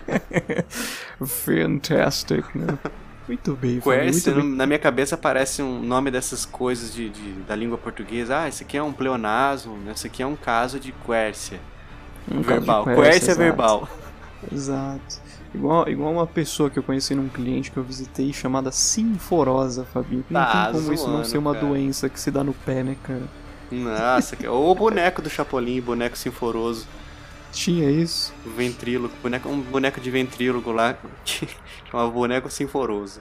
B: [laughs] Fantastic, né? Muito bem, Fábio, muito
A: Quercia,
B: bem.
A: na minha cabeça, parece um nome dessas coisas de, de- da língua portuguesa. Ah, esse aqui é um pleonasmo, né? esse aqui é um caso de Quércia.
B: Um caso de
A: verbal.
B: Quércia,
A: Quércia
B: exato.
A: verbal.
B: Exato. Igual, igual uma pessoa que eu conheci num cliente que eu visitei chamada Sinforosa, Fabinho. Não
A: Tá
B: tem como isso não
A: zoando,
B: ser uma
A: cara.
B: doença que se dá no pé, né, cara?
A: Nossa, que- ou o boneco do Chapolin, boneco sinforoso,
B: Tinha isso?
A: ventríloco, boneco, um boneco de ventríloco lá, [laughs] que chamava boneco sinforoso.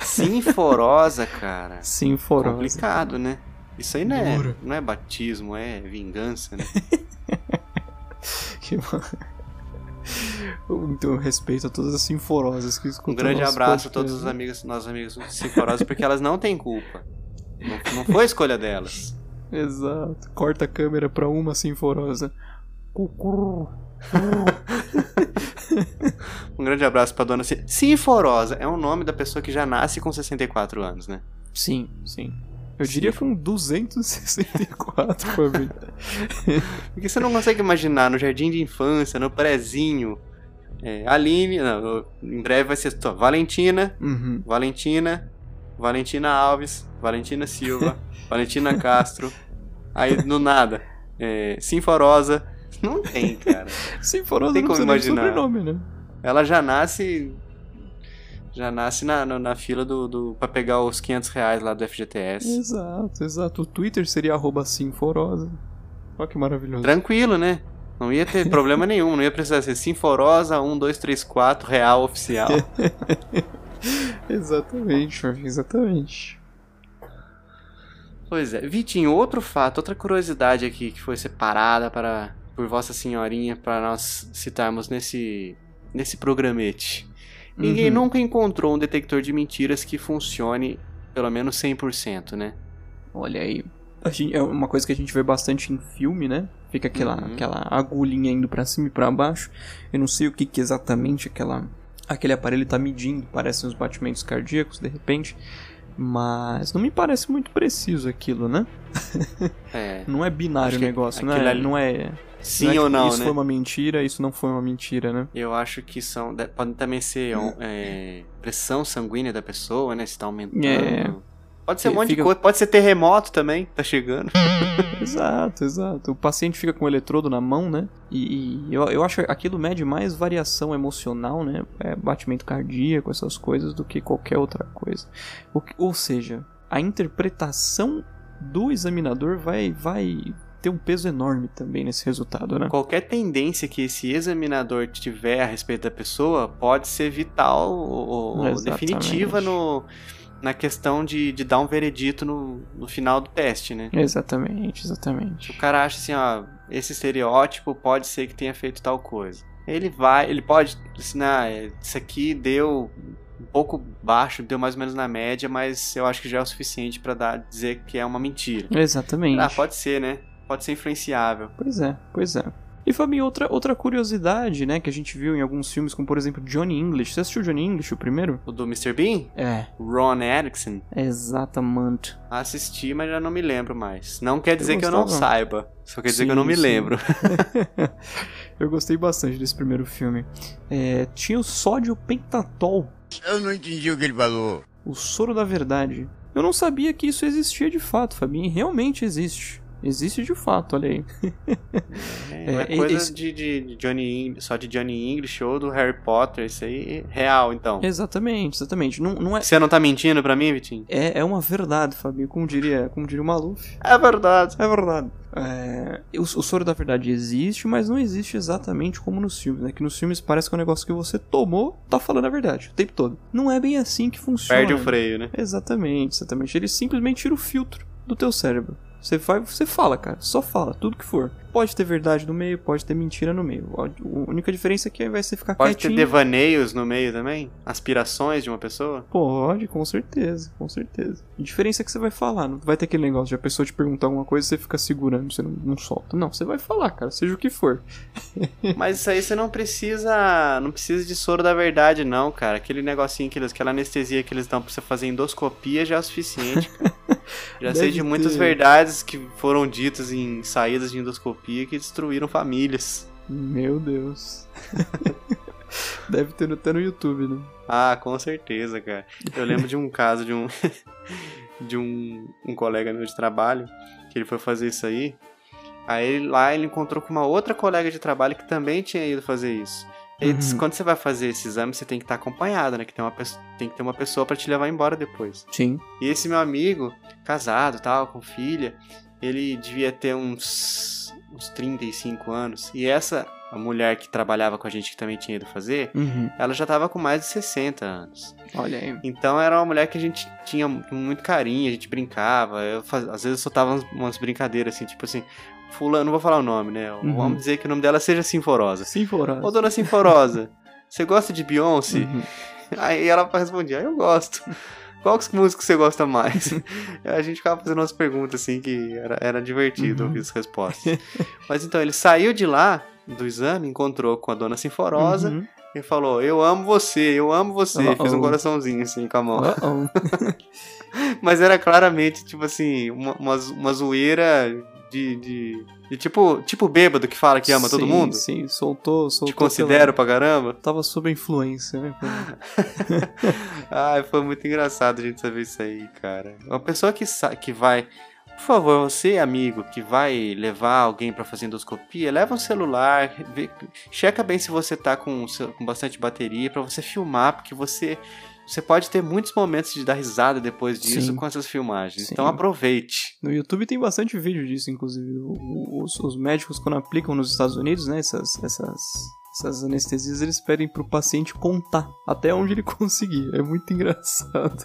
A: Sinforosa, cara.
B: Sinforosa.
A: Complicado, né? Isso aí não é,
B: Duro.
A: não é batismo, é vingança, né?
B: Que mano. [laughs] Então, respeito a todas as sinforosas que
A: Um
B: escutam.
A: grande
B: nosso
A: abraço a todos
B: podcast.
A: os amigos, nossos amigos sinforosas, porque elas não têm culpa. Não, não foi escolha delas.
B: Exato. Corta a câmera pra uma sinforosa. Cucurru.
A: Um grande abraço pra dona Sin- Sinforosa. É o nome da pessoa que já nasce com 64 anos, né?
B: Sim, sim. Eu diria que um 264 pra mim.
A: [laughs] Porque você não consegue imaginar no jardim de infância, no prezinho. é, Aline, não, em breve vai ser só Valentina,
B: Uhum.
A: Valentina, Valentina Alves, Valentina Silva, Valentina Castro. Aí do nada, é, Sinforosa. Não tem, cara.
B: Sinforosa
A: Tem
B: não
A: como
B: precisa nem de
A: imaginar.
B: sobrenome, né?
A: Ela já nasce. Já nasce na, na, na fila do, do. pra pegar os 500 reais lá do FGTS.
B: Exato, exato. O Twitter seria arroba sinforosa. Olha que maravilhoso.
A: Tranquilo, né? Não ia ter problema nenhum, não ia precisar ser Sinforosa 1234 real oficial.
B: Exatamente, Fábio, exatamente.
A: Pois é. Vitinho, outro fato, outra curiosidade aqui que foi separada para por Vossa Senhorinha para nós citarmos nesse nesse programete. Ninguém
B: Uhum.
A: nunca encontrou um detector de mentiras que funcione pelo menos 100%, né?
B: Olha aí. A gente- é uma coisa que a gente vê bastante em filme, né? Fica aquela,
A: Uhum.
B: aquela agulhinha indo pra cima e pra baixo. Eu não sei o que, que exatamente aquela, aquele aparelho tá medindo. Parecem os batimentos cardíacos, de repente. Mas não me parece muito preciso aquilo, né?
A: É.
B: Não é binário
A: Acho
B: o
A: que
B: negócio, né?
A: aquilo ali-
B: Não é.
A: Sim
B: é
A: ou
B: tipo,
A: não,
B: Isso
A: né?
B: foi uma mentira, isso não foi uma mentira, né?
A: Eu acho que são. de- Podem também ser ó, é, pressão sanguínea da pessoa, né? Se tá aumentando.
B: É.
A: Pode ser um
B: Fi-
A: monte de
B: fica-
A: coisa. Pode ser terremoto também, tá chegando.
B: Exato, exato. O paciente fica com o eletrodo na mão, né? E, e eu, eu acho que aquilo mede mais variação emocional, né? É, batimento cardíaco, essas coisas, do que qualquer outra coisa. O que- ou seja, a interpretação do examinador vai, vai ter um peso enorme também nesse resultado, né?
A: Qualquer tendência que esse examinador tiver a respeito da pessoa pode ser vital ou, ou
B: Exatamente.
A: definitiva no, na questão de, de dar um veredito no, no final do teste, né?
B: Exatamente,
A: O
B: exatamente.
A: cara acha assim, ó, esse estereótipo pode ser que tenha feito tal coisa. Ele vai, ele pode, assim, ah, é, isso aqui deu um pouco baixo, deu mais ou menos na média, mas eu acho que já é o suficiente pra dar dizer que é uma mentira.
B: Exatamente.
A: Ah, pode ser, né? Pode ser influenciável.
B: Pois é, pois é. E Fabi, outra, outra curiosidade, né, que a gente viu em alguns filmes, como por exemplo Johnny English. Você assistiu Johnny English, o primeiro?
A: O do Mr. Bean?
B: É,
A: Ron Erickson?
B: exatamente.
A: Assisti, mas já não me lembro mais. Não quer dizer que eu não
B: gostava.
A: saiba. Só quer dizer
B: Sim,
A: que eu não me
B: sim.
A: lembro.
B: [laughs] Eu gostei bastante desse primeiro filme. É, tinha o sódio pentatol,
E: Eu não entendi o que ele falou.
B: o soro da verdade. Eu não sabia que isso existia de fato, Fabi. e Realmente existe. Existe de fato, olha aí.
A: É, não é
B: e-
A: coisa
B: esse-
A: de, de de Johnny Eng- só de Johnny English ou do Harry Potter, isso aí é real, então.
B: Exatamente, exatamente. Não, não é,
A: Você não tá mentindo pra mim, Vitinho?
B: é. É uma verdade, Fabi. Como diria, como diria o Maluf.
A: É verdade.
B: É verdade. É, o, o soro da verdade existe, mas não existe exatamente como nos filmes, né? Que nos filmes parece que é um negócio que você tomou, tá falando a verdade o tempo todo. Não é bem assim que funciona.
A: Perde o freio, né?
B: Exatamente, exatamente. Ele simplesmente tira o filtro do teu cérebro. Você vai, você fala, cara. Só fala, tudo que for. Pode ter verdade no meio, pode ter mentira no meio. A a única diferença é que ao invés de você ficar
A: Pode ter
B: quietinho...
A: devaneios no meio também? Aspirações de uma pessoa?
B: Pode, com certeza, com certeza. A diferença é que você vai falar, não vai ter aquele negócio de a pessoa te perguntar alguma coisa e você fica segurando, você não, não solta. Não, você vai falar, cara, seja o que for.
A: [laughs] Mas isso aí você não precisa. Não precisa de soro da verdade, não, cara. Aquele negocinho que eles. Aquela anestesia que eles dão pra você fazer endoscopia já é o suficiente, cara.
B: [laughs]
A: Já sei
B: Deve
A: de muitas
B: ter.
A: verdades que foram ditas em saídas de endoscopia que destruíram famílias.
B: Meu Deus. [laughs] Deve ter até no YouTube, né?
A: Ah, com certeza, cara. Eu lembro de um caso de um [laughs] de um, um colega meu de trabalho que ele foi fazer isso aí. Aí ele- lá ele encontrou com uma outra colega de trabalho que também tinha ido fazer isso. Ele
B: Uhum.
A: disse, quando você vai fazer esse exame, você tem que estar acompanhado, né? Que tem, uma, pesso- tem que ter uma pessoa pra te levar embora depois.
B: Sim.
A: E esse meu amigo, casado tal, com filha, ele devia ter uns, uns 35 anos. E essa a mulher que trabalhava com a gente, que também tinha ido fazer,
B: Uhum.
A: ela já tava com mais de 60 anos.
B: Olha aí.
A: Então era uma mulher que a gente tinha muito carinho, a gente brincava. Eu faz- Às vezes eu soltava umas- umas brincadeiras assim, tipo assim, fulano, não vou falar o nome, né?
B: Uhum.
A: Vamos dizer que o nome dela seja Sinforosa.
B: Sim, Forado.
A: Ô, dona
B: [laughs]
A: Sinforosa, você gosta de Beyoncé?
B: Uhum.
A: Aí ela respondia, eu gosto. Qual que- música você gosta
B: [laughs]
A: mais? a gente ficava fazendo umas perguntas assim, que era, era divertido
B: Uhum.
A: ouvir as
B: [laughs]
A: respostas. Mas então ele saiu de lá, do exame, encontrou com a dona Sinforosa.
B: Uhum.
A: Ele falou, eu amo você, eu amo você.
B: Uh-oh.
A: Fez um coraçãozinho assim com a mão.
B: Uh-oh.
A: Mas era claramente, tipo assim, uma, uma, zo- uma zoeira de, de, de tipo, tipo bêbado que fala que ama todo
B: Sim,
A: mundo.
B: Sim, soltou, soltou.
A: Te considero pra
B: [laughs]
A: caramba. [laughs]
B: pela- Tava sob a influência, né?
A: Ai, foi muito engraçado a gente saber isso aí, cara. Uma pessoa que, sa- que vai. Por favor, você, amigo, que vai levar alguém pra fazer endoscopia, leva um celular, vê- checa bem se você tá com, o seu- com bastante bateria pra você filmar, porque você. Você pode ter muitos momentos de dar risada depois disso
B: Sim.
A: com essas filmagens.
B: Sim.
A: Então aproveite.
B: No YouTube tem bastante vídeo disso, inclusive. O- o- Os, os médicos, quando aplicam nos Estados Unidos, né, essas, essas, essas anestesias, eles pedem pro paciente contar até onde ele [laughs] conseguir. É muito engraçado.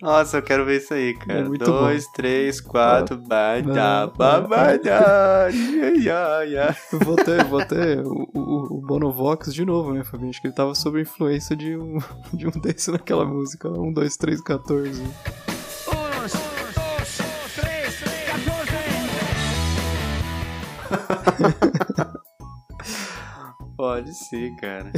A: Nossa, eu quero ver isso aí, cara.
B: É muito
A: Dois, três, quatro, vai dar, vai, vai dar, ia, ia, ia.
B: Eu vou ter, vou ter o, o, o Bonovox de novo, né, Fabinho? Acho que ele tava sob a influência de um, [laughs] de um desse naquela música. lá, Um, dois, três, 14.
A: Pode ser,
B: [laughs]
A: cara.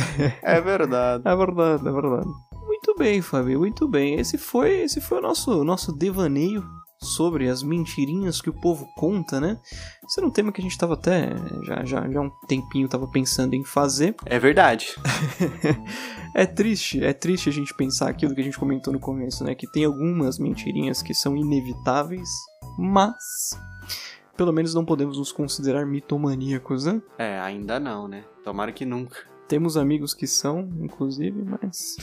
A: É verdade.
B: É verdade, é verdade. Muito bem, Fábio, muito bem. Esse foi, esse foi o nosso, nosso devaneio sobre as mentirinhas que o povo conta, né? Esse era um tema que a gente tava até já já já há um tempinho tava pensando em fazer. [laughs]
A: É verdade.
B: É triste, é triste a gente pensar aquilo que a gente comentou no começo, né, que tem algumas mentirinhas que são inevitáveis, mas pelo menos não podemos nos considerar mitomaníacos, né?
A: É, ainda não, né? Tomara que nunca.
B: Temos amigos que são, inclusive, mas.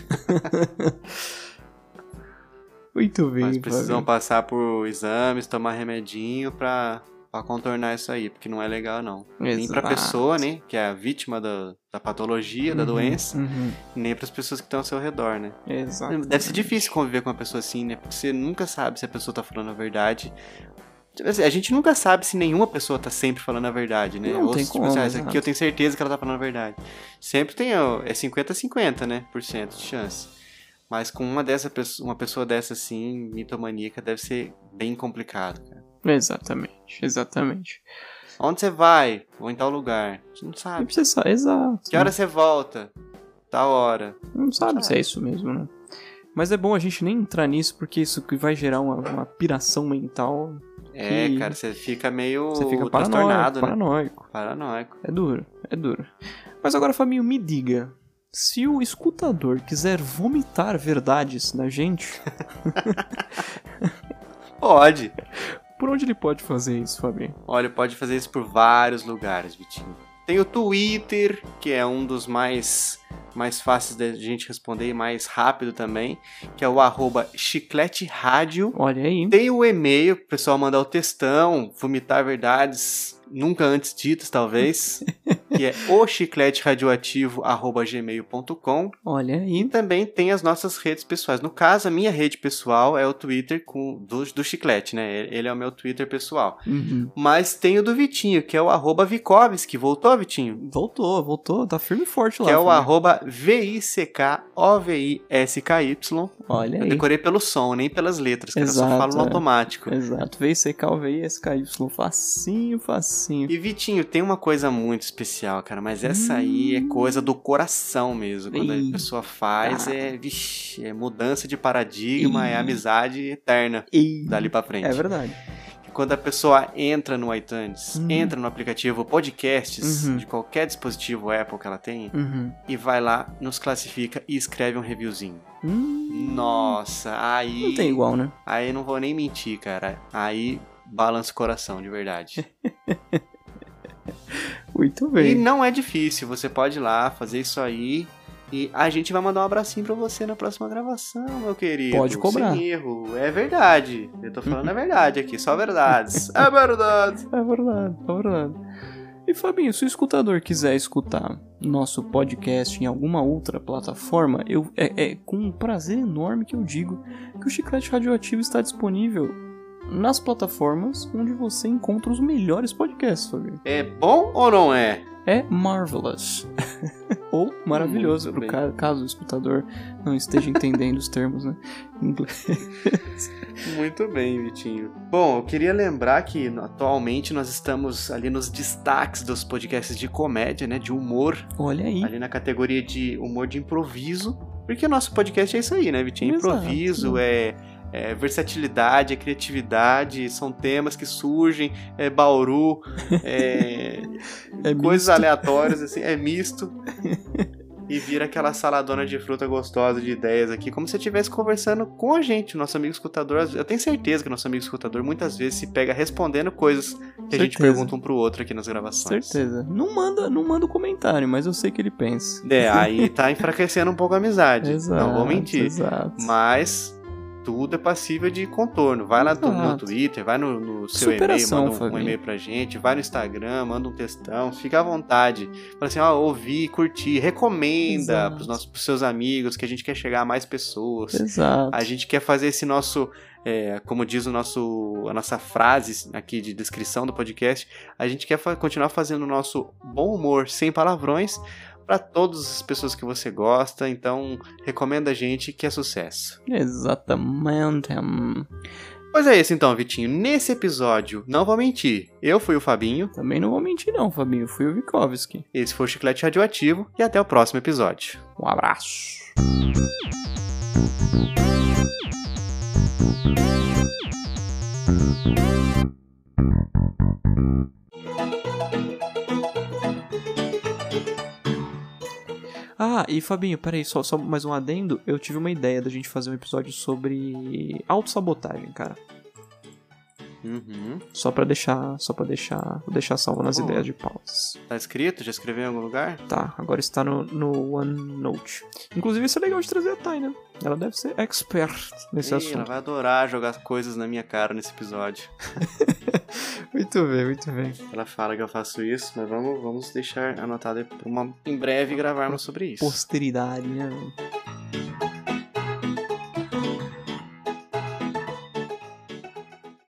B: Muito bem,
A: Mas precisam
B: Fábio.
A: passar por exames, tomar remedinho pra, pra contornar isso aí, porque não é legal, não. Nem pra
B: Exato.
A: pessoa, né? Que é a vítima da, da patologia, da
B: Uhum,
A: doença,
B: uhum.
A: nem pras pessoas que estão ao seu redor, né?
B: Exato.
A: Deve ser difícil conviver com uma pessoa assim, né? Porque você nunca sabe se a pessoa tá falando a verdade assim, A gente nunca sabe se nenhuma pessoa tá sempre falando a verdade, né?
B: Não
A: Ou
B: tem
A: se,
B: como,
A: assim, ah, essa aqui
B: exato.
A: eu tenho certeza que ela tá falando a verdade. Sempre tem, ó, é 50-50, né? Por cento de chance. Mas com uma dessa pessoa, uma pessoa dessa assim, mitomaníaca, deve ser bem complicado, cara.
B: Exatamente, exatamente.
A: Onde você vai? Ou em tal lugar? A gente não
B: Não
A: sabe.
B: precisa sa- exato.
A: Que hora você volta? Tal hora.
B: Não sabe se é isso mesmo, né? Mas é bom a gente nem entrar nisso, porque isso que vai gerar uma, uma piração mental.
A: É,
B: Que-
A: cara, você fica meio
B: Você fica paranoico,
A: transtornado, né?
B: paranoico.
A: Paranoico.
B: É duro, é duro. Mas agora, Fabinho, me diga. Se o escutador quiser vomitar verdades na gente,
A: Pode.
B: por onde ele pode fazer isso, Fabinho?
A: Olha, pode fazer isso por vários lugares, Vitinho. Tem o Twitter, que é um dos mais mais fáceis da gente responder e mais rápido também, que é o arroba chiclete rádio.
B: Olha aí.
A: Tem o e-mail, pro pessoal mandar o textão, vomitar verdades nunca antes ditas, talvez, que é o chiclete gmail.com.
B: Olha
A: E
B: aí.
A: também tem as nossas redes pessoais. No caso, a minha rede pessoal é o Twitter com, do, do Chiclete, né? Ele ele é o meu Twitter pessoal.
B: Uhum.
A: Mas tem o do Vitinho, que é o arroba Vicobis, que voltou, Vitinho?
B: Voltou, voltou. Tá firme e forte lá.
A: Que é o
B: Fabinho.
A: arroba V-I-C-K-O-V-I-S-K-Y.
B: Olha
A: Eu
B: aí.
A: decorei pelo som, nem pelas letras, que eu só
B: Exato,
A: falo no
B: é.
A: automático.
B: Exato. VCKVISKY. Facinho, facinho.
A: E Vitinho, tem uma coisa muito especial, cara, mas essa aí
B: Hum.
A: é coisa do coração mesmo. Quando
B: Eita.
A: a pessoa faz,
B: tá.
A: é, vixi, é mudança de paradigma, é
B: Eita.
A: amizade eterna
B: E...
A: dali pra frente.
B: É verdade.
A: Quando a pessoa entra no iTunes,
B: Hum.
A: entra no aplicativo podcasts
B: Uhum.
A: de qualquer dispositivo Apple que ela tenha,
B: Uhum.
A: e vai lá, nos classifica e escreve um reviewzinho.
B: Hum,
A: Nossa, aí.
B: não tem igual, né?
A: Aí não vou nem mentir, cara. Aí balança o coração, de
B: [laughs]
A: verdade.
B: Muito
A: e
B: bem.
A: não é difícil, você pode ir lá fazer isso aí. E a gente vai mandar um abracinho pra você na próxima gravação, meu querido.
B: Pode cobrar. Uhum.
A: Sem erro. É verdade. Eu tô falando a verdade aqui, só verdades. É
B: [laughs]
A: verdade.
B: É verdade, é verdade. E Fabinho, se o escutador quiser escutar nosso podcast em alguma outra plataforma, eu, é, é com um prazer enorme que eu digo que o Chiclete Radioativo está disponível nas plataformas onde você encontra os melhores podcasts, Fabinho.
A: É bom ou não é?
B: é marvelous. [laughs] Ou maravilhoso,
A: Muito
B: pro
A: bem.
B: ca- caso o escutador não esteja entendendo os termos, né? em inglês.
A: Muito bem, Vitinho. Bom, eu queria lembrar que no- atualmente nós estamos ali nos destaques dos podcasts de comédia, né? De humor,
B: Olha aí.
A: ali na categoria de humor de improviso. Porque o nosso podcast é isso aí, né, Vitinho?
B: Exato.
A: Improviso, é, é versatilidade, é criatividade, são temas que surgem, é bauru, é,
B: [laughs] É
A: coisas
B: misto.
A: aleatórias, assim, é misto. E vira aquela saladona de fruta gostosa de ideias aqui, como se eu estivesse conversando com a gente, nosso amigo escutador. às- Eu tenho certeza que nosso amigo escutador muitas vezes se pega respondendo coisas que a gente
B: Certeza.
A: pergunta um pro outro aqui nas gravações.
B: Certeza. Não manda, não manda o comentário, mas eu sei que ele pensa.
A: É, aí tá enfraquecendo um pouco a amizade.
B: Exato.
A: não vou mentir.
B: Exato.
A: Mas tudo é passível de contorno. Vai lá no, no
B: Exato.
A: Twitter, vai no, no seu e-mail,
B: Superação,
A: manda um- um,
B: Fabinho.
A: e-mail pra gente, vai no Instagram, manda um textão, fica à vontade. Fala assim, ó, ouvi, curti, recomenda
B: Exato.
A: pros, nossos, pros seus amigos que a gente quer chegar a mais pessoas.
B: Exato.
A: A gente quer fazer esse nosso, é, como diz o nosso, a nossa frase aqui de descrição do podcast, a gente quer fa- continuar fazendo o nosso bom humor sem palavrões para todas as pessoas que você gosta. Então, recomenda a gente que é sucesso.
B: Exatamente.
A: Pois é isso então, Vitinho. Nesse episódio, não vou mentir, eu fui o Fabinho,
B: Também não vou mentir, não, Fabinho. Fui o Vikovski.
A: esse foi o Chiclete Radioativo e até o próximo episódio.
B: Um abraço. Ah, e Fabinho, peraí, só, só mais um adendo. Eu tive uma ideia da gente fazer um episódio sobre autossabotagem, cara.
A: Uhum.
B: Só pra deixar, só para deixar, vou deixar salvo nas
A: Boa.
B: ideias de pautas.
A: Tá escrito? Já escreveu em algum lugar?
B: Tá, agora está no, no OneNote. Inclusive, isso é legal de trazer a Thay, né? Ela deve ser expert nesse
A: Ih, ela
B: assunto.
A: vai adorar jogar coisas na minha cara nesse episódio.
B: Muito bem, muito bem.
A: Ela fala que eu faço isso, mas vamos, vamos deixar anotado aí pra uma, em breve gravarmos sobre isso.
B: Posteridade, né? velho?